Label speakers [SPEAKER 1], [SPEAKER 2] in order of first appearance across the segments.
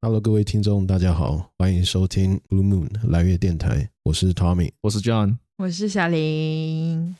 [SPEAKER 1] Hello，各位听众，大家好，欢迎收听 Blue Moon 蓝月电台，我是 Tommy。
[SPEAKER 2] 我是 John，
[SPEAKER 3] 我是小林。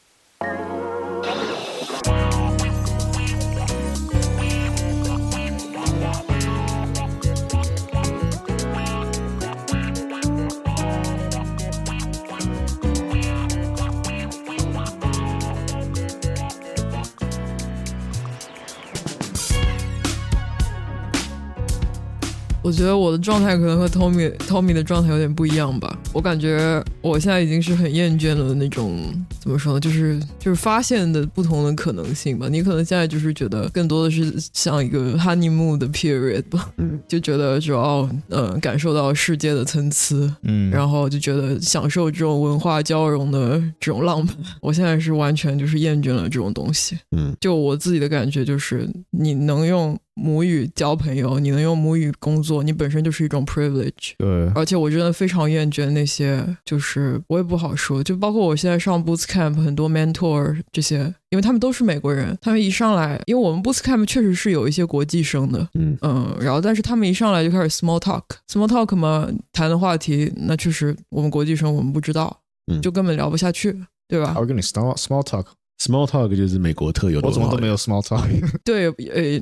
[SPEAKER 3] 我觉得我的状态可能和 Tommy Tommy 的状态有点不一样吧。我感觉我现在已经是很厌倦了那种怎么说呢，就是就是发现的不同的可能性吧。你可能现在就是觉得更多的是像一个 honeymoon 的 period 吧，嗯，就觉得主要嗯感受到世界的参差，
[SPEAKER 2] 嗯
[SPEAKER 3] 然后就觉得享受这种文化交融的这种浪漫。我现在是完全就是厌倦了这种东西。
[SPEAKER 1] 嗯，
[SPEAKER 3] 就我自己的感觉就是，你能用母语交朋友，你能用母语工作，你本身就是一种 privilege。
[SPEAKER 1] 呃
[SPEAKER 2] 对，
[SPEAKER 3] 而且我真的非常厌倦那些，就是我也不好说，就包括我现在上 Boots Camp 很多 mentor 这些，因为他们都是美国人，他们一上来，因为我们 Boots Camp 确实是有一些国际生的，
[SPEAKER 1] 嗯
[SPEAKER 3] 嗯，然后但是他们一上来就开始 small talk，small talk 嘛，谈的话题那确实我们国际生我们不知道，
[SPEAKER 1] 嗯
[SPEAKER 3] 就根本聊不下去，对吧？
[SPEAKER 2] 我跟你 small small talk，
[SPEAKER 1] ，Small Talk 就是美国特有的
[SPEAKER 2] 我
[SPEAKER 1] 文
[SPEAKER 2] 怎
[SPEAKER 1] 化，
[SPEAKER 2] 么都没有 small talk，
[SPEAKER 3] 对，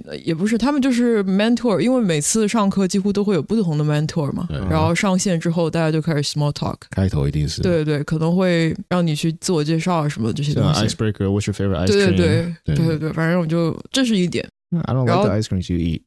[SPEAKER 3] 呃，也不是，他们就是 mentor，因为每次上课几乎都会有不同的 mentor 嘛，
[SPEAKER 2] 嗯
[SPEAKER 1] 对
[SPEAKER 3] 然后上线之后大家就开始 small talk，
[SPEAKER 1] 嗯开头一定是
[SPEAKER 3] 对对，可能会让你去自我介绍啊什么这些
[SPEAKER 2] 像
[SPEAKER 3] 东西。
[SPEAKER 2] icebreaker，what's your favorite ice
[SPEAKER 3] 对对对
[SPEAKER 2] cream？
[SPEAKER 1] 对
[SPEAKER 3] 对对对，反正我就这是一点。
[SPEAKER 2] ，I don't
[SPEAKER 3] 然
[SPEAKER 2] like
[SPEAKER 3] 后
[SPEAKER 2] the ice creams you eat。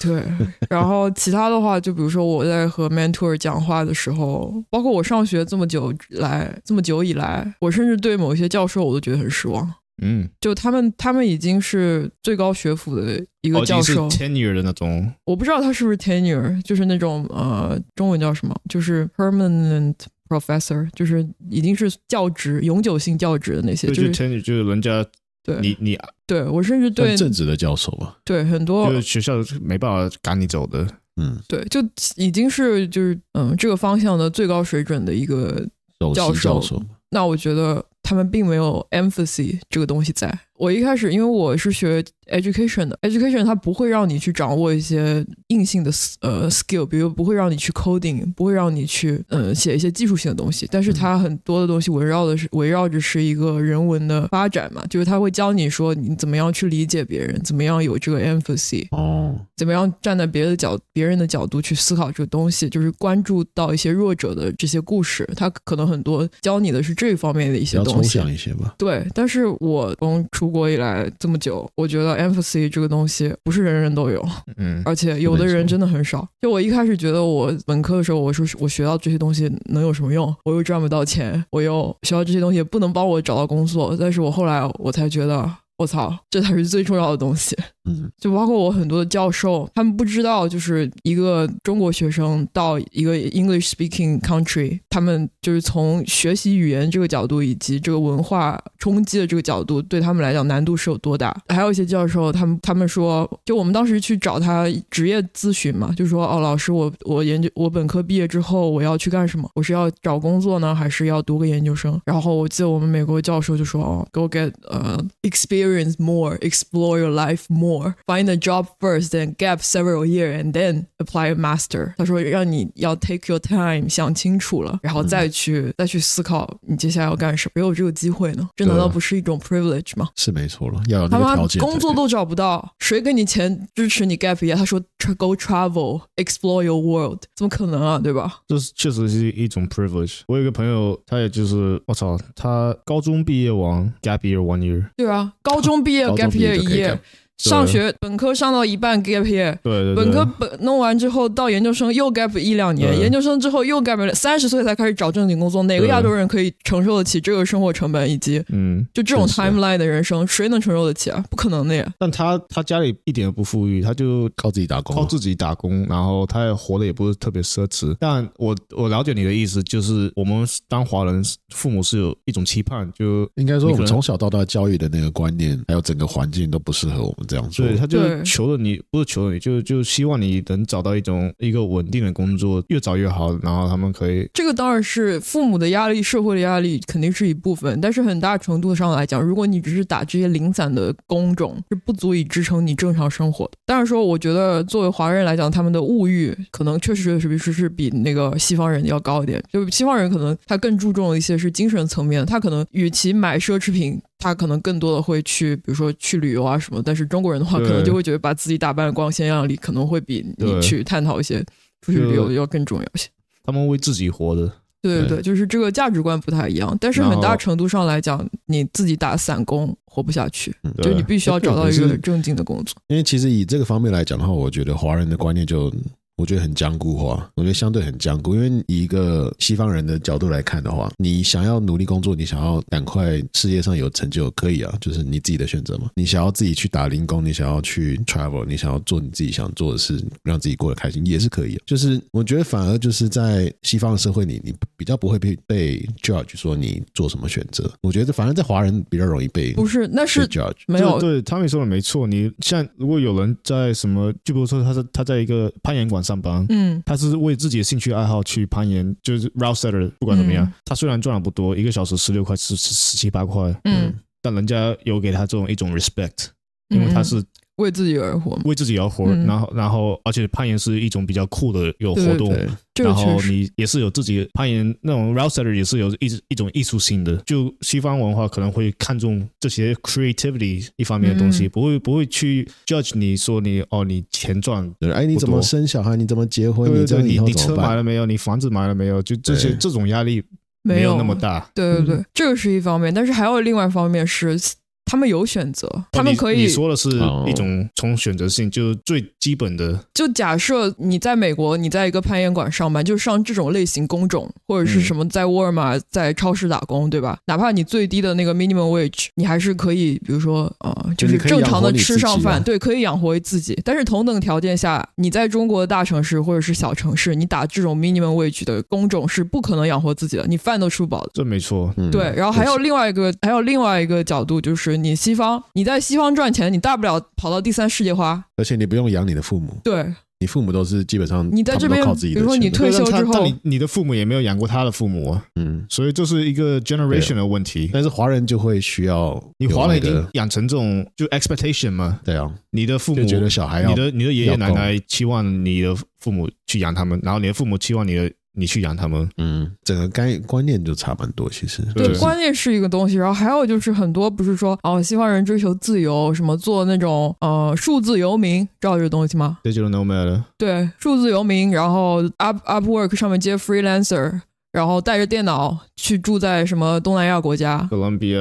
[SPEAKER 3] 对， 然后其他的话，就比如说我在和 mentor 讲话的时候，包括我上学这么久来，这么久以来，我甚至对某些教授我都觉得很失望。
[SPEAKER 2] 嗯，
[SPEAKER 3] 就他们，他们已经是最高学府的一个
[SPEAKER 2] 哦已
[SPEAKER 3] 教
[SPEAKER 2] 经是
[SPEAKER 3] 授，
[SPEAKER 2] tenure 的那种，
[SPEAKER 3] 我不知道他是不是 tenure，就是那种呃，中文叫什么，就是 permanent professor，就是已经是教职、永久性教职的那些，
[SPEAKER 2] 对，
[SPEAKER 3] 就
[SPEAKER 2] 就是 tenure 就是人家
[SPEAKER 3] 对哦
[SPEAKER 2] 你你
[SPEAKER 3] 对我甚至对
[SPEAKER 1] 算正职的教授吧。
[SPEAKER 3] 对很多
[SPEAKER 2] 就是学校没办法赶你走的。
[SPEAKER 1] 嗯，
[SPEAKER 3] 对就已经是就是嗯这个方向的最高水准的一个，
[SPEAKER 1] 首
[SPEAKER 3] 教
[SPEAKER 1] 席
[SPEAKER 3] 授
[SPEAKER 1] 教授，
[SPEAKER 3] 那我觉得他们并没有 emphasis 这个东西在。我一开始因为我是学 education 的，education 它不会让你去掌握一些硬性的 s- 呃 skill，比如不会让你去 coding，不会让你去呃写一些技术性的东西，但是它很多的东西围绕的是围绕着是一个人文的发展嘛，就是它会教你说你怎么样去理解别人，怎么样有这个 emphasis，
[SPEAKER 1] 哦，
[SPEAKER 3] 怎么样站在别的角、别人的角度去思考这个东西，就是关注到一些弱者的这些故事，他可能很多教你的是这方面的一
[SPEAKER 1] 比
[SPEAKER 3] 些
[SPEAKER 1] 较
[SPEAKER 3] 东
[SPEAKER 1] 抽
[SPEAKER 3] 西。
[SPEAKER 1] 象一些吧。
[SPEAKER 3] 对，但是我从出国以来这么久，我觉得 empathy 这个东西不是人人都有，
[SPEAKER 2] 嗯，
[SPEAKER 3] 而且有的人真的很少。就我一开始觉得我本科的时候，我说我学到这些东西能有什么用？我又赚不到钱，我又学到这些东西也不能帮我找到工作。但是我后来我才觉得，我操，这才是最重要的东西。
[SPEAKER 1] 嗯，
[SPEAKER 3] 就包括我很多的教授，他们不知道，就是一个中国学生到一个 English speaking country，他们就是从学习语言这个角度以及这个文化冲击的这个角度，对他们来讲难度是有多大。还有一些教授，他们他们说，就我们当时去找他职业咨询嘛，就说哦，老师，我我研究我本科毕业之后我要去干什么？我是要找工作呢，还是要读个研究生？然后我记得我们美国教授就说，哦，go get 呃、experience more, explore your life more, find a job first, then gap several year, and then apply a master。他说让你要 take your time，想清楚了，然后
[SPEAKER 1] 嗯
[SPEAKER 3] 再去、再去思考你接下来要干什么。有这个机会呢，这难道
[SPEAKER 1] 对啊
[SPEAKER 3] 不是一种 privilege 吗？
[SPEAKER 1] 是没错了，要有
[SPEAKER 3] 他
[SPEAKER 1] 那个
[SPEAKER 3] 妈
[SPEAKER 1] 条件才对。
[SPEAKER 3] 工作都找不到，谁给你钱支持你 gap year？他说 tra- go travel, explore your world，怎么可能啊，对吧？
[SPEAKER 2] 这是确实是一种 privilege。我有一个朋友，他也就是我操，他高中毕业完 gap year one year，
[SPEAKER 3] 对啊，高中毕业
[SPEAKER 1] 高
[SPEAKER 3] gap
[SPEAKER 1] 中毕业
[SPEAKER 3] year
[SPEAKER 1] 就
[SPEAKER 3] 一
[SPEAKER 1] 可以
[SPEAKER 3] 夜
[SPEAKER 1] gap，，
[SPEAKER 3] 上学本科上到一半 gap year，
[SPEAKER 2] 对对对，
[SPEAKER 3] 本科本弄完之后到研究生又 gap 一两年，
[SPEAKER 2] 对
[SPEAKER 3] 研究生之后又 gap 三十岁才开始找正经工作，哪个
[SPEAKER 2] 对
[SPEAKER 3] 亚洲人可以承受得起这个生活成本以及
[SPEAKER 2] 嗯，
[SPEAKER 3] 就这种
[SPEAKER 1] 确实
[SPEAKER 3] timeline 的人生，谁能承受得起啊？不可能的呀！
[SPEAKER 2] 但他他家里一点也不富裕，他就
[SPEAKER 1] 靠自己打工啊
[SPEAKER 2] 靠，自己打工，然后他也活得也不是特别奢侈。但我我了解你的意思，就是我们当华人，父母是有一种期盼，就
[SPEAKER 1] 应该说
[SPEAKER 2] 你
[SPEAKER 1] 我
[SPEAKER 2] 可
[SPEAKER 1] 们
[SPEAKER 2] 能
[SPEAKER 1] 从小到大教育的那个观念，还有整个环境都不适合我们这样说
[SPEAKER 2] 所。以他就
[SPEAKER 3] 对
[SPEAKER 2] 是求着你，不是求着你，就是就是希望你能找到一种一个稳定的工作，越早越好，然后他们可以。
[SPEAKER 3] 这个当然是父母的压力、社会的压力肯定是一部分，但是很大程度上来讲，如果你只是打这些零散的工种，是不足以支撑你正常生活的。但是说，我觉得作为华人来讲，他们的物欲可能确实是是是比那个西方人要高一点，就是西方人可能他更注重一些是精神层面，他可能与其买奢侈品。他可能更多的会去，比如说去旅游啊什么，但是中国人的话，可
[SPEAKER 2] 对
[SPEAKER 3] 能就会觉得把自己打扮得光鲜亮丽，可能会比你
[SPEAKER 2] 对
[SPEAKER 3] 去探讨一些出去
[SPEAKER 2] 就
[SPEAKER 3] 旅游要更重要一些。
[SPEAKER 2] 他们为自己活的，
[SPEAKER 3] 对对
[SPEAKER 1] 对
[SPEAKER 3] 对，就是这个价值观不太一样，但是很
[SPEAKER 2] 然
[SPEAKER 3] 大
[SPEAKER 2] 后
[SPEAKER 3] 程度上来讲，你自己打散工活不下去，
[SPEAKER 1] 嗯
[SPEAKER 3] 就
[SPEAKER 2] 对
[SPEAKER 3] 是你必须要找到一
[SPEAKER 1] 这个
[SPEAKER 3] 个
[SPEAKER 1] 是
[SPEAKER 3] 正经的工
[SPEAKER 2] 嗯
[SPEAKER 3] 作。
[SPEAKER 1] 因为其实以这个方面来讲的话，我觉得华人的观念就我觉得很僵固化，我觉得相对很僵固。因为以一个西方人的角度来看的话，你想要努力工作，你想要赶快事业上有成就，可以啊，就是你自己的选择嘛。你想要自己去打零工，你想要去 travel，你想要做你自己想做的事，让自己过得开心也是可以、啊。就是我觉得反而就是在西方的社会里，你比较不会被被 judge 说你做什么选择。我觉得反正在华人比较容易被
[SPEAKER 3] 不是，那
[SPEAKER 1] 被
[SPEAKER 3] 是
[SPEAKER 1] judge。
[SPEAKER 3] 没有
[SPEAKER 2] 对对汤米说的没错。你像如果有人在什么，就比如说他在他在一个攀岩馆上班，
[SPEAKER 3] 嗯
[SPEAKER 2] 他是为自己的兴趣爱好去攀岩，就是 route setter，不管怎么样，
[SPEAKER 3] 嗯
[SPEAKER 2] 他虽然赚的不多，一个小时十六块、十十十七八块，
[SPEAKER 3] 嗯，
[SPEAKER 2] 但人家有给他这种一种 respect，因为他
[SPEAKER 3] 嗯
[SPEAKER 2] 是
[SPEAKER 3] 为自己而活嘛，
[SPEAKER 2] 为自己而活，
[SPEAKER 3] 嗯
[SPEAKER 2] 然后然后而且攀岩是一种比较酷的有活动，
[SPEAKER 1] 对，
[SPEAKER 3] 这
[SPEAKER 2] 然
[SPEAKER 3] 个
[SPEAKER 2] 后
[SPEAKER 3] 确实。
[SPEAKER 2] 你也是有自己攀岩那种 route setter 也是有一一种艺术性的，就西方文化可能会看重这些 creativity 一方面的东西，
[SPEAKER 3] 嗯
[SPEAKER 2] 不会不会去 judge 你说你哦你钱赚。
[SPEAKER 1] 对，哎，你
[SPEAKER 2] 不
[SPEAKER 1] 怎么
[SPEAKER 2] 多
[SPEAKER 1] 生小孩？你怎么结婚？
[SPEAKER 2] 对
[SPEAKER 1] 你这
[SPEAKER 2] 对
[SPEAKER 1] 样以
[SPEAKER 2] 对，你
[SPEAKER 1] 后
[SPEAKER 2] 你
[SPEAKER 1] 怎
[SPEAKER 2] 车
[SPEAKER 1] 么
[SPEAKER 2] 买
[SPEAKER 1] 办？
[SPEAKER 2] 了没有？你房子买了没有？就这些
[SPEAKER 1] 对
[SPEAKER 2] 这种压力
[SPEAKER 3] 没
[SPEAKER 2] 有那么大。
[SPEAKER 3] 对对对，
[SPEAKER 1] 嗯
[SPEAKER 3] 这个是一方面，但是还有另外一方面是，他们有选择，他们
[SPEAKER 2] 哦你
[SPEAKER 3] 可以
[SPEAKER 2] 你说的是
[SPEAKER 1] 哦
[SPEAKER 2] 一种从选择性，就是最基本的
[SPEAKER 3] 就假设你在美国，你在一个攀岩馆上班，就上这种类型工种，或
[SPEAKER 1] 嗯
[SPEAKER 3] 者是什么在沃尔玛、在超市打工，对吧？哪怕你最低的那个 minimum wage，你还是可以，比如说呃，
[SPEAKER 1] 就是你可以
[SPEAKER 3] 正常
[SPEAKER 1] 养活
[SPEAKER 3] 的
[SPEAKER 1] 你
[SPEAKER 3] 吃
[SPEAKER 1] 自己啊
[SPEAKER 3] 上饭，对，可以养活自己。但是同等条件下，你在中国的大城市或者是小城市，你打这种 minimum wage 的工种是不可能养活自己的，你饭都吃不饱的。
[SPEAKER 2] 这没错，
[SPEAKER 1] 嗯
[SPEAKER 3] 对，然后还有另外一个，还有另外一个角度，就是你西方，你在西方赚钱，你大不了跑到第三世界花。
[SPEAKER 1] 而且你不用养你的父母，
[SPEAKER 3] 对，
[SPEAKER 1] 你父母都是基本上
[SPEAKER 3] 你在
[SPEAKER 1] 他们
[SPEAKER 3] 这边
[SPEAKER 1] 都靠自己的
[SPEAKER 3] 比如说
[SPEAKER 1] 钱
[SPEAKER 3] 你
[SPEAKER 1] 的
[SPEAKER 3] 退休
[SPEAKER 2] 但他
[SPEAKER 3] 之后
[SPEAKER 2] 但你你的父母也没有养过他的父母啊，
[SPEAKER 1] 嗯，
[SPEAKER 2] 所以这是一个 generation 的问题。
[SPEAKER 1] 但是华人就会需要
[SPEAKER 2] 你华人
[SPEAKER 1] 有
[SPEAKER 2] 已
[SPEAKER 1] 那
[SPEAKER 2] 经
[SPEAKER 1] 个
[SPEAKER 2] 养成这种就 expectation 嘛，
[SPEAKER 1] 对啊，
[SPEAKER 2] 你的父母
[SPEAKER 1] 就觉得小孩要
[SPEAKER 2] 你的你的爷爷
[SPEAKER 1] 要
[SPEAKER 2] 奶
[SPEAKER 1] 够
[SPEAKER 2] 奶期望你的父母去养他们，然后你的父母期望你的你去养他们。
[SPEAKER 1] 嗯，整个概观念就差蛮多，其实
[SPEAKER 2] 对
[SPEAKER 3] 对，
[SPEAKER 2] 是
[SPEAKER 3] 观念是一个东西，然后还有就是很多不是说哦，西方人追求自由，什么做那种呃数字游民，知道这个东西吗？
[SPEAKER 2] Digital nomad，
[SPEAKER 3] 对，数字游民，然后 Up Upwork 上面接 freelancer，然后带着电脑去住在什么东南亚国家，
[SPEAKER 2] 哥伦比亚、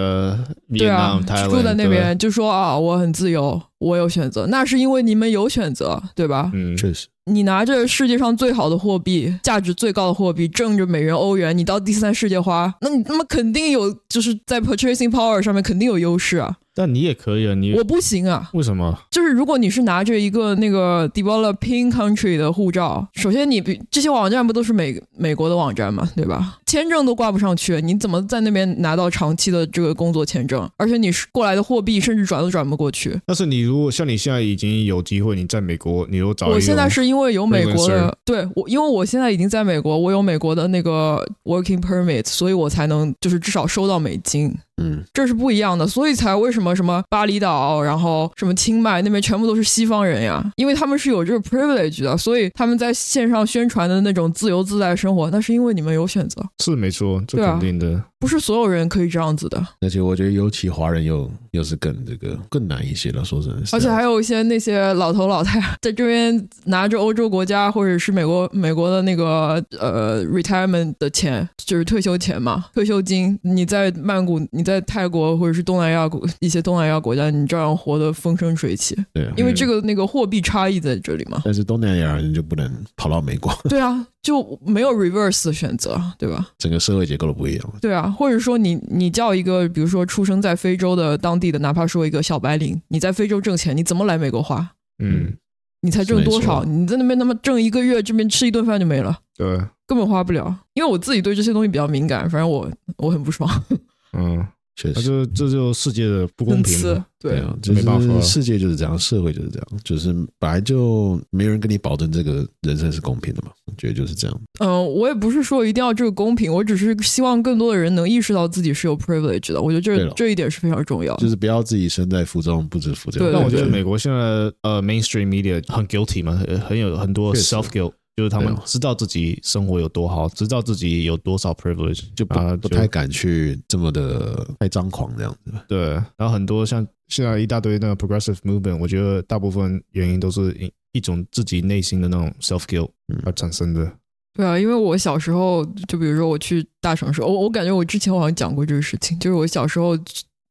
[SPEAKER 3] 对
[SPEAKER 2] 越
[SPEAKER 3] 啊
[SPEAKER 2] 南、，台湾，
[SPEAKER 3] 住在那
[SPEAKER 2] 对
[SPEAKER 3] 边就说啊，我很自由，我有选择，那是因为你们有选择，对吧？
[SPEAKER 2] 嗯，
[SPEAKER 1] 确实
[SPEAKER 3] 你拿着世界上最好的货币、价值最高的货币，挣着美元、欧元，你到第三世界花，那你他妈肯定有，就是在 purchasing power 上面肯定有优势啊！
[SPEAKER 2] 但你也可以啊，你
[SPEAKER 3] 我不行啊，
[SPEAKER 2] 为什么？
[SPEAKER 3] 就是如果你是拿着一个那个 developing country 的护照，首先你比这些网站不都是美美国的网站嘛，对吧？签证都挂不上去，你怎么在那边拿到长期的这个工作签证？而且你是过来的货币甚至转都转不过去。
[SPEAKER 2] 但是你如果像你现在已经有机会，你在美国，你又找一个
[SPEAKER 3] 我现在是因为有美国
[SPEAKER 2] freelancer
[SPEAKER 3] 的，对我，因为我现在已经在美国，我有美国的那个 working permit，所以我才能就是至少收到美金，
[SPEAKER 1] 嗯，
[SPEAKER 3] 这是不一样的，所以才为什么什么巴厘岛，然后什么清迈那边全部都是西方人呀，因为他们是有这个 privilege 的，所以他们在线上宣传的那种自由自在的生活，那是因为你们有选择，
[SPEAKER 2] 是没错，这
[SPEAKER 3] 对啊
[SPEAKER 2] 肯定的。
[SPEAKER 3] 不是所有人可以这样子的，
[SPEAKER 1] 而且我觉得尤其华人又又是更这个更难一些了，说真的是，
[SPEAKER 3] 而且还有一些那些老头老太在这边拿着欧洲国家或者是美国美国的那个呃 retirement 的钱，就是退休钱嘛，退休金。你在曼谷，你在泰国或者是东南亚国一些东南亚国家，你照样活得风生水起，
[SPEAKER 1] 对啊，
[SPEAKER 3] 因为这个那个货币差异在这里 嘛。
[SPEAKER 1] 但是东南亚人就不能跑到美国，
[SPEAKER 3] 对啊，就没有 reverse 的选择，啊对吧？
[SPEAKER 1] 整个社会结构都不一样，
[SPEAKER 3] 对啊，或者说你你叫一个，比如说出生在非洲的当地的，哪怕说一个小白领，你在非洲挣钱，你怎么来美国花？
[SPEAKER 2] 嗯，
[SPEAKER 3] 你才挣多少？你在那边他妈挣一个月，这边吃一顿饭就没了，
[SPEAKER 2] 对，啊
[SPEAKER 3] 根本花不了。因为我自己对这些东西比较敏感，反正我我很不爽。
[SPEAKER 2] 嗯，
[SPEAKER 1] 确
[SPEAKER 2] 那
[SPEAKER 1] 实。
[SPEAKER 2] 就这就世界的不公
[SPEAKER 3] 很
[SPEAKER 2] 平
[SPEAKER 3] 次
[SPEAKER 2] 嘛。，
[SPEAKER 1] 对
[SPEAKER 3] 对，
[SPEAKER 1] 啊，就
[SPEAKER 2] 这没办法
[SPEAKER 1] 是世界就是这样，社会就是这样，就是本来就没人跟你保证这个人生是公平的嘛，我觉得就是这样。
[SPEAKER 3] 嗯，我也不是说一定要这个公平，我只是希望更多的人能意识到自己是有 privilege 的。我觉
[SPEAKER 1] 对
[SPEAKER 3] 得这
[SPEAKER 1] 了
[SPEAKER 3] 这一点是非常重要。
[SPEAKER 1] 就是不要自己身在福中不知福这样。
[SPEAKER 3] 啊对
[SPEAKER 2] 但我觉
[SPEAKER 3] 对
[SPEAKER 2] 得美国现在呃 mainstream media 很 guilty 嘛，呃很很有很多
[SPEAKER 1] 确实
[SPEAKER 2] self guilt，就是他们
[SPEAKER 1] 对啊
[SPEAKER 2] 知道自己生活有多好，知道自己有多少 privilege，
[SPEAKER 1] 就不、
[SPEAKER 2] 啊
[SPEAKER 1] 不
[SPEAKER 2] 就
[SPEAKER 1] 太敢去这么的太张狂这样子吧。
[SPEAKER 2] 对，啊然后很多像现在一大堆那个 progressive movement，我觉得大部分原因都是一一种自己内心的那种 self guilt
[SPEAKER 1] 嗯
[SPEAKER 2] 而产生的。
[SPEAKER 3] 对啊，因为我小时候，就比如说我去大城市，我我感觉我之前我好像讲过这个事情，就是我小时候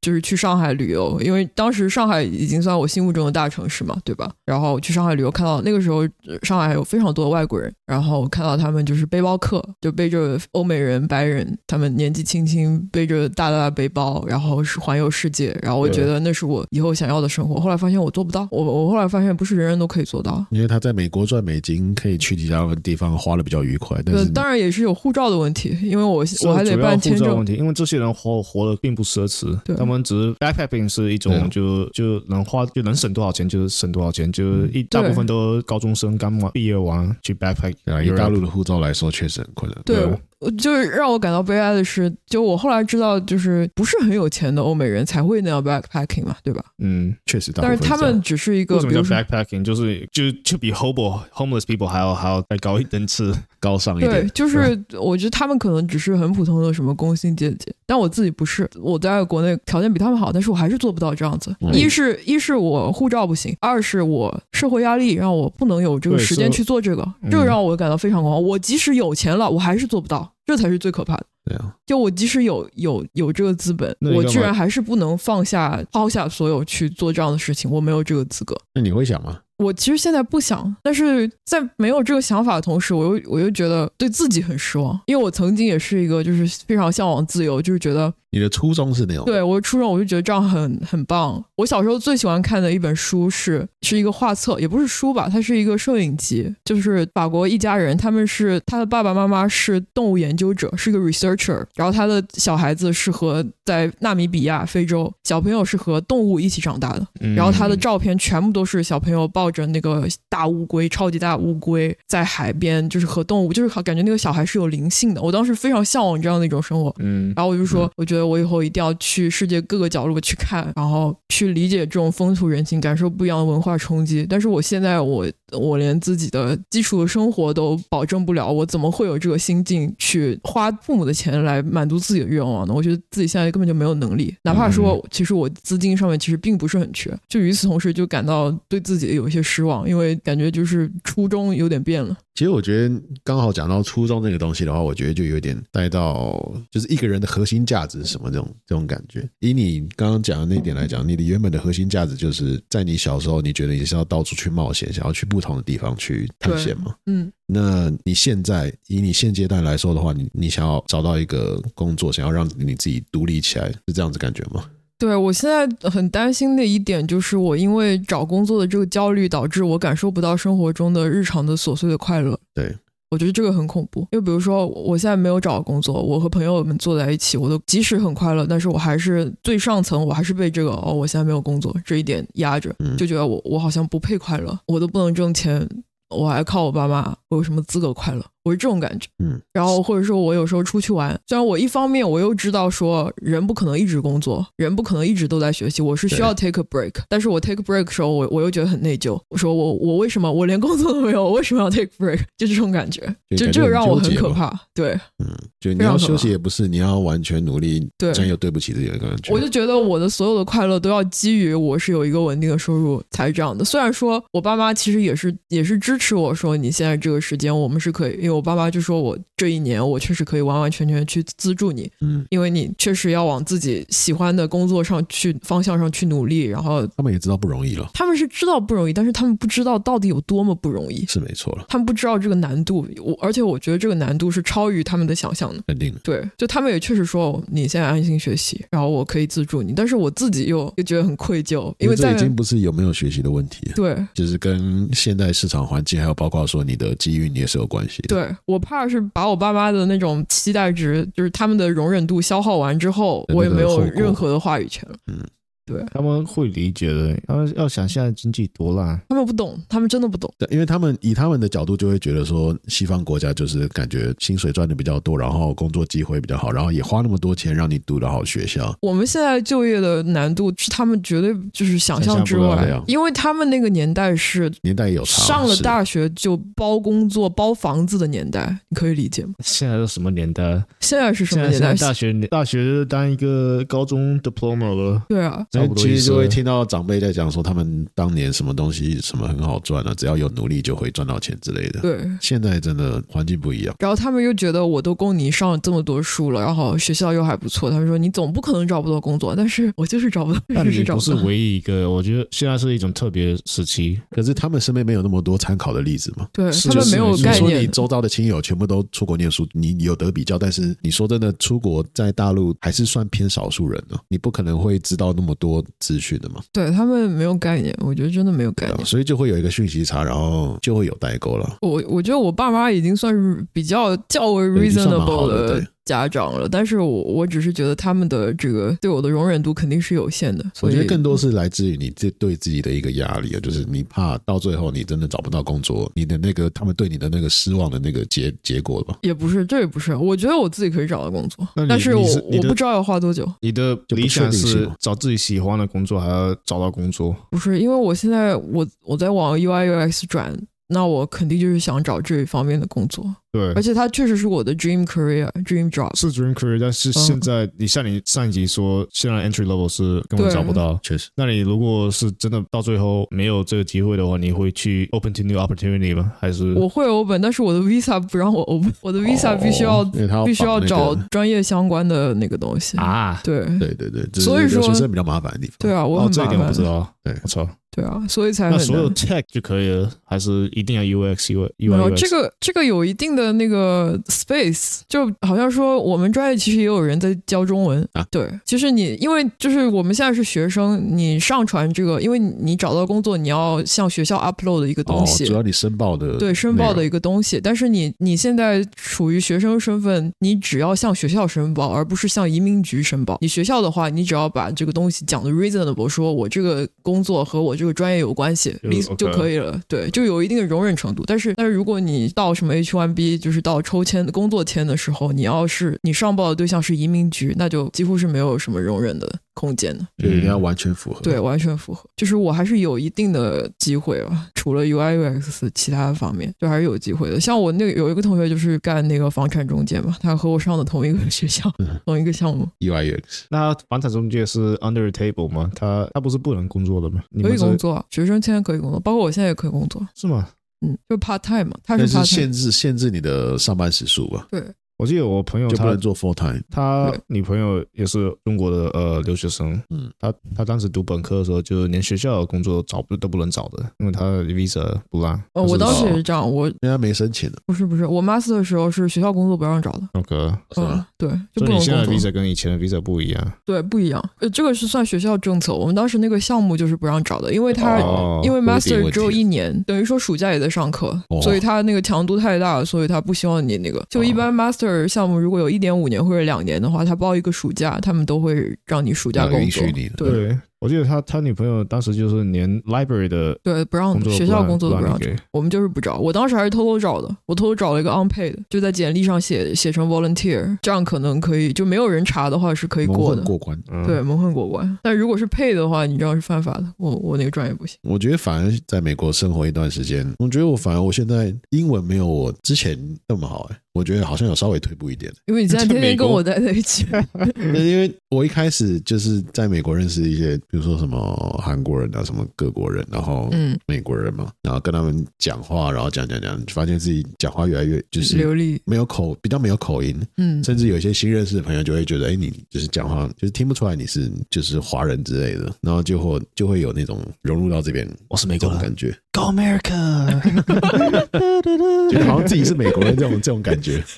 [SPEAKER 3] 就是去上海旅游，因为当时上海已经算我心目中的大城市嘛，对吧？然后我去上海旅游，看到那个时候呃上海有非常多的外国人，然后我看到他们就是背包客，就背着欧美人、白人，他们年纪轻轻背着大大的背包，然后是环游世界，然后我
[SPEAKER 2] 对
[SPEAKER 3] 觉得那是我以后想要的生活。后来发现我做不到，我我后来发现不是人人都可以做到。
[SPEAKER 1] 因为他在美国赚美金，可以去其他地方花的比较愉快，但
[SPEAKER 3] 对
[SPEAKER 1] 是，
[SPEAKER 3] 当然也是有护照的问题，因为我我还得
[SPEAKER 2] 是主要
[SPEAKER 3] 办签
[SPEAKER 2] 护照
[SPEAKER 3] 证
[SPEAKER 2] 问。题，因为这些人活活的并不奢侈
[SPEAKER 3] 对，
[SPEAKER 2] 他们只是 backpacking 是一
[SPEAKER 1] 对啊
[SPEAKER 2] 种就就能花就能省多少钱就是省多少钱，就是
[SPEAKER 3] 嗯
[SPEAKER 2] 一大部分都高中生刚完毕业完去 backpack，
[SPEAKER 1] 对啊，以大
[SPEAKER 2] Europe
[SPEAKER 1] 陆的护照来说，确实很困难。
[SPEAKER 3] 对
[SPEAKER 2] 对，
[SPEAKER 3] 我就是让我感到悲哀的是，就我后来知道，就是不是很有钱的欧美人才会那样 backpacking 嘛，对吧？
[SPEAKER 2] 嗯，
[SPEAKER 1] 确实大部
[SPEAKER 3] 但
[SPEAKER 1] 分
[SPEAKER 3] 是
[SPEAKER 1] 这样，
[SPEAKER 3] 他们只是一个
[SPEAKER 2] 为，什么
[SPEAKER 3] 比
[SPEAKER 2] 叫
[SPEAKER 3] 如说
[SPEAKER 2] backpacking？就是就就比 hobo homeless people 还要还要再高一等次。
[SPEAKER 1] 高尚一
[SPEAKER 3] 对
[SPEAKER 1] 点，，
[SPEAKER 3] 就是我觉得他们可能只是很普通的什么工薪阶级，但我自己不是。我在国内条件比他们好，但是我还是做不到这样子。
[SPEAKER 1] 嗯
[SPEAKER 3] 一是一是我护照不行，二是我社会压力让我不能有这个
[SPEAKER 2] 对
[SPEAKER 3] 时间
[SPEAKER 2] 是
[SPEAKER 3] 去做这个，
[SPEAKER 2] 嗯
[SPEAKER 3] 这个让我感到非常恐慌。我即使有钱了，我还是做不到，这才是最可怕的。
[SPEAKER 1] 对啊，
[SPEAKER 3] 就我即使有有有这个资本，
[SPEAKER 2] 那你
[SPEAKER 3] 我
[SPEAKER 2] 干嘛
[SPEAKER 3] 居然还是不能放下抛下所有去做这样的事情，我没有这个资格。
[SPEAKER 1] 那你会想吗？
[SPEAKER 3] 我其实现在不想，但是在没有这个想法的同时，我又我又觉得对自己很失望，因为我曾经也是一个就是非常向往自由，就是觉得
[SPEAKER 1] 你的初衷是那种，
[SPEAKER 3] 对我初中我就觉得这样很很棒。我小时候最喜欢看的一本书是是一个画册，也不是书吧，它是一个摄影集，就是法国一家人，他们是他的爸爸妈妈是动物研究者，是一个 researcher，然后他的小孩子是和在纳米比亚非洲小朋友是和动物一起长大的，然后他的
[SPEAKER 2] 嗯
[SPEAKER 3] 照片全部都是小朋友抱着那个大乌龟，超级大乌龟在海边，就是和动物，就是好感觉那个小孩是有灵性的。我当时非常向往这样的一种生活。
[SPEAKER 2] 嗯，
[SPEAKER 3] 然后我就说，我觉得我以后一定要去世界各个角落去看，然后去理解这种风土人情，感受不一样的文化冲击。但是我现在我我连自己的基础的生活都保证不了，我怎么会有这个心境去花父母的钱来满足自己的愿望呢？我觉得自己现在根本就没有能力，哪怕说其实我资金上面其实并不是很缺，就与此同时就感到对自己有一些失望，因为感觉就是初衷有点变了。
[SPEAKER 1] 其实我觉得刚好讲到初衷这个东西的话，我觉得就有点带到就是一个人的核心价值是什么这种这种感觉。以你刚刚讲的那一点来讲，你的原本的核心价值就是在你小时候，你觉得你是要到处去冒险，想要去不同的地方去探险嘛？
[SPEAKER 3] 嗯，
[SPEAKER 1] 那你现在以你现阶段来说的话，你你想要找到一个工作，想要让你自己独立起来，是这样子感觉吗？
[SPEAKER 3] 对我现在很担心的一点就是，我因为找工作的这个焦虑，导致我感受不到生活中的日常的琐碎的快乐。
[SPEAKER 1] 对，
[SPEAKER 3] 我觉得这个很恐怖。因为比如说，我现在没有找工作，我和朋友们坐在一起，我都即使很快乐，但是我还是最上层，我还是被这个哦，我现在没有工作这一点压着
[SPEAKER 1] 嗯，
[SPEAKER 3] 就觉得我我好像不配快乐，我都不能挣钱，我还靠我爸妈，我有什么资格快乐？我是这种感觉。
[SPEAKER 1] 嗯，
[SPEAKER 3] 然后或者说我有时候出去玩，虽然我一方面我又知道说人不可能一直工作，人不可能一直都在学习，我是需要 take a break，但是我 take a break 的时候，我我又觉得很内疚，我说我我为什么我连工作都没有，我为什么要 take break？就这种感觉，
[SPEAKER 1] 就
[SPEAKER 3] 就
[SPEAKER 1] 感觉
[SPEAKER 3] 这个
[SPEAKER 1] 很
[SPEAKER 3] 让我很
[SPEAKER 1] 纠结
[SPEAKER 3] 可
[SPEAKER 1] 吧
[SPEAKER 3] 怕。对
[SPEAKER 1] 嗯，就你
[SPEAKER 3] 非
[SPEAKER 1] 要
[SPEAKER 3] 常可怕
[SPEAKER 1] 休息也不是，你要完全努力，
[SPEAKER 3] 对，
[SPEAKER 1] 真有对不起自己的感觉。
[SPEAKER 3] 我就觉得我的所有的快乐都要基于我是有一个稳定的收入才是这样的。虽然说我爸妈其实也是也是支持我说你现在这个时间我们是可以，因为我爸妈就说我这一年我确实可以完完全全去资助你，
[SPEAKER 1] 嗯，
[SPEAKER 3] 因为你确实要往自己喜欢的工作上去方向上去努力。然后
[SPEAKER 1] 他们也知道不容易了，
[SPEAKER 3] 他们是知道不容易，但是他们不知道到底有多么不容易，
[SPEAKER 1] 是没错了，
[SPEAKER 3] 他们不知道这个难度。我而且我觉得这个难度是超于他们的想象的。
[SPEAKER 1] 肯定的。
[SPEAKER 3] 对，就他们也确实说你现在安心学习，然后我可以资助你，但是我自己又又觉得很愧疚，因为
[SPEAKER 1] 这
[SPEAKER 3] 在
[SPEAKER 1] 已经不是有没有学习的问题，
[SPEAKER 3] 对
[SPEAKER 1] 就是跟现代市场环境，还有包括说你的机遇，你也是有关系的。
[SPEAKER 3] 对，对我怕是把我爸妈的那种期待值，就是他们的容忍度消耗完之后，
[SPEAKER 1] 那
[SPEAKER 3] 我也
[SPEAKER 1] 个
[SPEAKER 3] 没
[SPEAKER 1] 后
[SPEAKER 3] 有
[SPEAKER 1] 果
[SPEAKER 3] 任何的话语权了。
[SPEAKER 1] 嗯，
[SPEAKER 3] 对
[SPEAKER 2] 他们会理解的。他们要想现在经济多烂，
[SPEAKER 3] 他们不懂，他们真的不懂。
[SPEAKER 1] 对，因为他们以他们的角度就会觉得说，西方国家就是感觉薪水赚的比较多，然后工作机会比较好，然后也花那么多钱让你读的好学校，
[SPEAKER 3] 我们现在就业的难度是他们绝对就是想象之
[SPEAKER 2] 想象
[SPEAKER 1] 到
[SPEAKER 2] 不
[SPEAKER 1] 的
[SPEAKER 3] 外
[SPEAKER 1] 呀，
[SPEAKER 3] 因为他们那个年代是
[SPEAKER 1] 年代也有差。
[SPEAKER 3] 上了
[SPEAKER 1] 是
[SPEAKER 3] 大学就包工作、包房子的年代，你可以理解吗？
[SPEAKER 2] 现在都什么年代？
[SPEAKER 3] 现在是什么
[SPEAKER 2] 现在
[SPEAKER 3] 年
[SPEAKER 2] 现
[SPEAKER 3] 代
[SPEAKER 2] 在？大学大学当一个高中 diploma 了，
[SPEAKER 3] 对啊，
[SPEAKER 1] 所以其实就
[SPEAKER 2] 差不多
[SPEAKER 1] 会
[SPEAKER 2] 意思
[SPEAKER 1] 听到长辈在讲说，他们当年什么东西什么很好赚啊，只要有努力就会赚到钱之类的。
[SPEAKER 3] 对。
[SPEAKER 1] 现在真的环境不一样，
[SPEAKER 3] 然后他们又觉得我都供你上了这么多书了，然后学校又还不错，他们说你总不可能找不到工作，但是我就是找不到，
[SPEAKER 2] 但
[SPEAKER 3] 就是
[SPEAKER 2] 你
[SPEAKER 3] 找
[SPEAKER 2] 不是
[SPEAKER 3] 到。
[SPEAKER 2] 唯一一个，我觉得现在是一种特别时期。
[SPEAKER 1] 可是他们身边没有那么多参考的例子嘛。
[SPEAKER 3] 对
[SPEAKER 2] 是
[SPEAKER 3] 他们没有
[SPEAKER 2] 就是
[SPEAKER 3] 概
[SPEAKER 1] 你说
[SPEAKER 3] 念
[SPEAKER 1] 你，周遭的亲友全部都出国念书，你有得比较，但是你说真的，出国在大陆还是算偏少数人呢、你不可能会知道那么多资讯的嘛。
[SPEAKER 3] 对他们没有概念，我觉得真的没有概
[SPEAKER 1] 对啊
[SPEAKER 3] 念。
[SPEAKER 1] 所以就会有一个讯息差，然后就会有代沟了。
[SPEAKER 3] 我我觉得我爸妈已经算是比较较为
[SPEAKER 1] 对已经算蛮好
[SPEAKER 3] reasonable
[SPEAKER 1] 的
[SPEAKER 3] 的
[SPEAKER 1] 对
[SPEAKER 3] 家长了，但是我我只是觉得他们的这个对我的容忍度肯定是有限的，
[SPEAKER 1] 我
[SPEAKER 3] 所以
[SPEAKER 1] 觉得更多是来自于你自对自己的一个压力啊，就是你怕到最后你真的找不到工作，你的那个他们对你的那个失望的那个结结果吧。
[SPEAKER 3] 也不是，这也不是，我觉得我自己可以找到工作
[SPEAKER 2] 那，你
[SPEAKER 3] 但是我
[SPEAKER 2] 你是你
[SPEAKER 3] 我
[SPEAKER 2] 的
[SPEAKER 3] 不知道要花多久，
[SPEAKER 2] 你的
[SPEAKER 1] 不
[SPEAKER 2] 理想
[SPEAKER 1] 确定性
[SPEAKER 2] 是
[SPEAKER 1] 嘛
[SPEAKER 2] 找自己喜欢的工作，还要找到工作。
[SPEAKER 3] 不是因为我现在我我在往 UI UX 转，那我肯定就是想找这一方面的工作，
[SPEAKER 2] 对
[SPEAKER 3] 而，且它确实是我的 dream career dream job，
[SPEAKER 2] 是 dream career，但
[SPEAKER 3] 嗯
[SPEAKER 2] 是现在你像你上一集说，现在 entry level 是根本
[SPEAKER 3] 对
[SPEAKER 2] 找不到。
[SPEAKER 1] 确实，
[SPEAKER 2] 那你如果是真的到最后没有这个机会的话，你会去 open to new opportunity 吗？还是
[SPEAKER 3] 我会 open，但是我的 visa 不让我 open，我的
[SPEAKER 2] 哦
[SPEAKER 3] visa 必须要、
[SPEAKER 1] 哦因为他
[SPEAKER 3] 必须要
[SPEAKER 1] 绑那个
[SPEAKER 3] 找专业相关的那个东西，
[SPEAKER 2] 啊？
[SPEAKER 3] 对
[SPEAKER 1] 对对对，这
[SPEAKER 3] 所以
[SPEAKER 1] 是留学
[SPEAKER 3] 说
[SPEAKER 1] 生比较麻烦的地方。
[SPEAKER 3] 对啊，我很
[SPEAKER 2] 哦，这一
[SPEAKER 3] 麻
[SPEAKER 2] 点我不知
[SPEAKER 3] 烦，
[SPEAKER 2] 道。
[SPEAKER 1] 对
[SPEAKER 2] 我操，
[SPEAKER 3] 对啊，所以才
[SPEAKER 2] 那
[SPEAKER 3] 很
[SPEAKER 2] 所有
[SPEAKER 3] 难
[SPEAKER 2] tech 就可以了，还是一定要 UX、UI、
[SPEAKER 3] 没有
[SPEAKER 2] UI？
[SPEAKER 3] 这个这个有一定的那个 space，就好像说我们专业其实也有人在教中文
[SPEAKER 1] 啊
[SPEAKER 3] 对，其实你因为就是我们现在是学生，你上传这个，因为你找到工作，你要向学校 upload 的一个
[SPEAKER 1] 哦
[SPEAKER 3] 东，西。
[SPEAKER 1] 主要你申报的
[SPEAKER 3] 对申报的
[SPEAKER 1] 内
[SPEAKER 3] 一个东西，但是你你现在处于学生身份，你只要向学校申报，而不是向移民局申报。你学校的话，你只要把这个东西讲的 reasonable，说我这个工作和我这个专业有关系，
[SPEAKER 2] 就
[SPEAKER 3] 理
[SPEAKER 2] OK
[SPEAKER 3] 就可以了。对，就有一定的容忍程度。但是但是如果你到什么 H1B，就是到抽签工作签的时候，你要是你上报的对象是移民局，那就几乎是没有什么容忍的空间的。
[SPEAKER 1] 容，就一
[SPEAKER 2] 嗯
[SPEAKER 1] 定要完全符合。
[SPEAKER 3] 对，，完全符合。就是我还是有一定的机会吧，除了 UI UX 其他方面，就还是有机会的。像我那个有一个同学就是干那个房产中介嘛，他和我上的同一个学校
[SPEAKER 1] 嗯，
[SPEAKER 3] 同一个项目，
[SPEAKER 1] 意外 UX
[SPEAKER 2] 那房产中介是 under the table 吗？他他不是不能工作的吗？
[SPEAKER 3] 嗯
[SPEAKER 2] 你
[SPEAKER 3] 可
[SPEAKER 2] 们
[SPEAKER 3] 以
[SPEAKER 2] 是
[SPEAKER 3] 工作啊，学生签可以工作，包括我现在也可以工作，
[SPEAKER 2] 是吗？
[SPEAKER 3] 嗯，就 part time 嘛，他
[SPEAKER 1] 但是
[SPEAKER 3] part time，
[SPEAKER 1] 限制限制你的上班时数吧，
[SPEAKER 3] 对，
[SPEAKER 2] 我记得我朋友
[SPEAKER 1] 就不
[SPEAKER 2] 他
[SPEAKER 1] 能做 full time。
[SPEAKER 2] 他
[SPEAKER 3] 对
[SPEAKER 2] 女朋友也是中国的呃留学生，
[SPEAKER 1] 嗯，
[SPEAKER 2] 他他当时读本科的时候，就连学校的工作找不都不能找的，因为他的 visa 不让。
[SPEAKER 3] 呃，我当时
[SPEAKER 2] 哦
[SPEAKER 3] 也是这样，我
[SPEAKER 1] 人家没申请的，
[SPEAKER 3] 不是不是，我 master 的时候是学校工作不让找的，
[SPEAKER 2] 那个，
[SPEAKER 1] 是
[SPEAKER 3] 嗯
[SPEAKER 1] 吧？，
[SPEAKER 3] 对，就
[SPEAKER 2] 所
[SPEAKER 3] 不
[SPEAKER 2] 以
[SPEAKER 3] 能
[SPEAKER 2] 你现在
[SPEAKER 3] 工
[SPEAKER 2] 的
[SPEAKER 3] 作，
[SPEAKER 2] visa 跟以前的 visa 不一样。
[SPEAKER 3] 对，不一样，呃，这个是算学校政策，我们当时那个项目就是不让找的，因为他
[SPEAKER 2] 哦
[SPEAKER 3] 因为
[SPEAKER 1] 固定
[SPEAKER 3] master
[SPEAKER 1] 问
[SPEAKER 3] 只有
[SPEAKER 1] 题
[SPEAKER 3] 一年，等于说暑假也在上课，
[SPEAKER 1] 哦
[SPEAKER 3] 所以他那个强度太大，所以他不希望你那个。就一般 master 项目如果有一点五年或者两年的话，他包一个暑假，他们都会让你暑假
[SPEAKER 1] 那
[SPEAKER 3] 工
[SPEAKER 1] 允
[SPEAKER 3] 作
[SPEAKER 1] 许。你的。
[SPEAKER 3] 对
[SPEAKER 2] 我记得他他女朋友当时就是连 library 的
[SPEAKER 3] 对，不让
[SPEAKER 2] 工作
[SPEAKER 3] 哦学校
[SPEAKER 2] 不让
[SPEAKER 3] 工作都
[SPEAKER 2] 不
[SPEAKER 3] 不
[SPEAKER 2] 让
[SPEAKER 3] 让
[SPEAKER 2] 你
[SPEAKER 3] 找，
[SPEAKER 2] 给。
[SPEAKER 3] 我们就是不找。我当时还是偷偷找的，我偷偷找了一个 unpaid，就在简历上写写成 volunteer，这样可能可以，就没有人查的话是可以
[SPEAKER 1] 蒙
[SPEAKER 3] 过
[SPEAKER 1] 混
[SPEAKER 3] 的。
[SPEAKER 1] 过关，
[SPEAKER 2] 嗯
[SPEAKER 3] 对，蒙混过关。但如果是配的话，你知道是犯法的。我我那个专业不行。
[SPEAKER 1] 我觉得反而在美国生活一段时间，我觉得我反而我现在英文没有我之前那么好哎，我觉得好像有稍微退步一点。
[SPEAKER 3] 因为你现在
[SPEAKER 2] 在
[SPEAKER 3] 天天
[SPEAKER 2] 美
[SPEAKER 3] 跟
[SPEAKER 2] 国
[SPEAKER 3] 我待在一起，嗯
[SPEAKER 1] 那因为我一开始就是在美国认识一些，比如说什么韩国人啊，什么各国人，然后
[SPEAKER 3] 嗯，
[SPEAKER 1] 美国人嘛，然后跟他们讲话，然后讲讲讲，发现自己讲话越来越就是
[SPEAKER 3] 流利，
[SPEAKER 1] 没有口，比较没有口音，
[SPEAKER 3] 嗯，
[SPEAKER 1] 甚至有一些新认识的朋友就会觉得，哎，你就是讲话就是听不出来你是就是华人之类的，然后就会就会有那种融入到这边
[SPEAKER 2] 我是美
[SPEAKER 1] 这
[SPEAKER 2] 国
[SPEAKER 1] 种
[SPEAKER 2] 人
[SPEAKER 1] 感觉，
[SPEAKER 2] ，Go America！
[SPEAKER 1] 就好像自己是美国人这种这种感觉。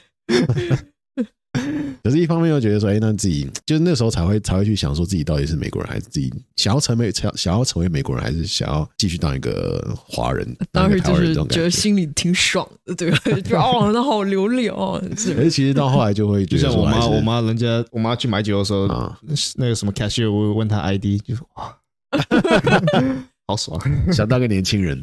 [SPEAKER 1] 可是，一方面又觉得说，哎，那自己就是那时候才会才会去想说，自己到底是美国人，还是自己想要成为想想要成为美国人，还是想要继续当一个华人？当
[SPEAKER 3] 当时就
[SPEAKER 1] 人
[SPEAKER 3] 是
[SPEAKER 1] 这种
[SPEAKER 3] 觉
[SPEAKER 1] 感
[SPEAKER 3] 得心里挺爽的，对吧？ 就哦，那好流 利哦，
[SPEAKER 1] 可
[SPEAKER 3] 是
[SPEAKER 1] 是其实到后来就会
[SPEAKER 2] 就
[SPEAKER 1] 觉得
[SPEAKER 2] 像
[SPEAKER 1] 说，
[SPEAKER 2] 我
[SPEAKER 1] 还
[SPEAKER 2] 妈，
[SPEAKER 1] 是
[SPEAKER 2] 我妈人家我妈去买酒的时候，
[SPEAKER 1] 啊，
[SPEAKER 2] 那个什么 cashier 我问她 ID，就哇， 好爽。
[SPEAKER 1] 想当个年轻人。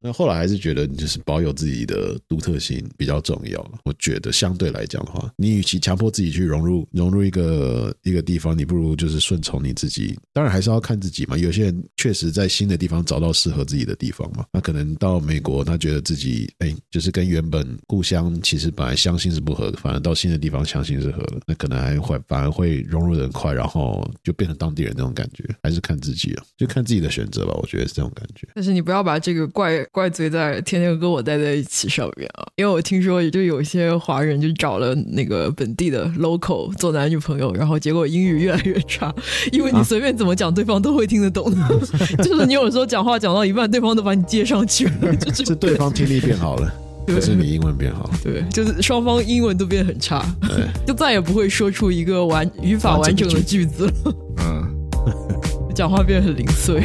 [SPEAKER 1] 那后来还是觉得，就是保有自己的独特性比较重要了。我觉得相对来讲的话，你与其强迫自己去融入融入一个一个地方，你不如就是顺从你自己。当然还是要看自己嘛。有些人确实在新的地方找到适合自己的地方嘛。那可能到美国，他觉得自己哎，就是跟原本故乡其实本来相信是不合的，反而到新的地方相信是合的，那可能还会反而会融入的很快，然后就变成当地人那种感觉。还是看自己啊，就看自己的选择吧。我觉得是这种感觉。
[SPEAKER 3] 但是你不要把这个怪怪罪在天天跟我待在一起上面啊，因为我听说就有些华人就找了那个本地的 local 做男女朋友，然后结果英语越来越差，
[SPEAKER 1] 哦
[SPEAKER 3] 因为你
[SPEAKER 1] 啊
[SPEAKER 3] 随便怎么讲，对方都会听得懂的， 就是你有时候讲话讲到一半，对方都把你接上去了，就是
[SPEAKER 1] 是对方听力变好了，
[SPEAKER 3] 对
[SPEAKER 1] 不是你英文变好。
[SPEAKER 3] 对，就是双方英文都变得很差
[SPEAKER 1] 哎，
[SPEAKER 3] 就再也不会说出一个完语法完整的句子了，
[SPEAKER 2] 嗯。
[SPEAKER 3] 讲话变得很零碎。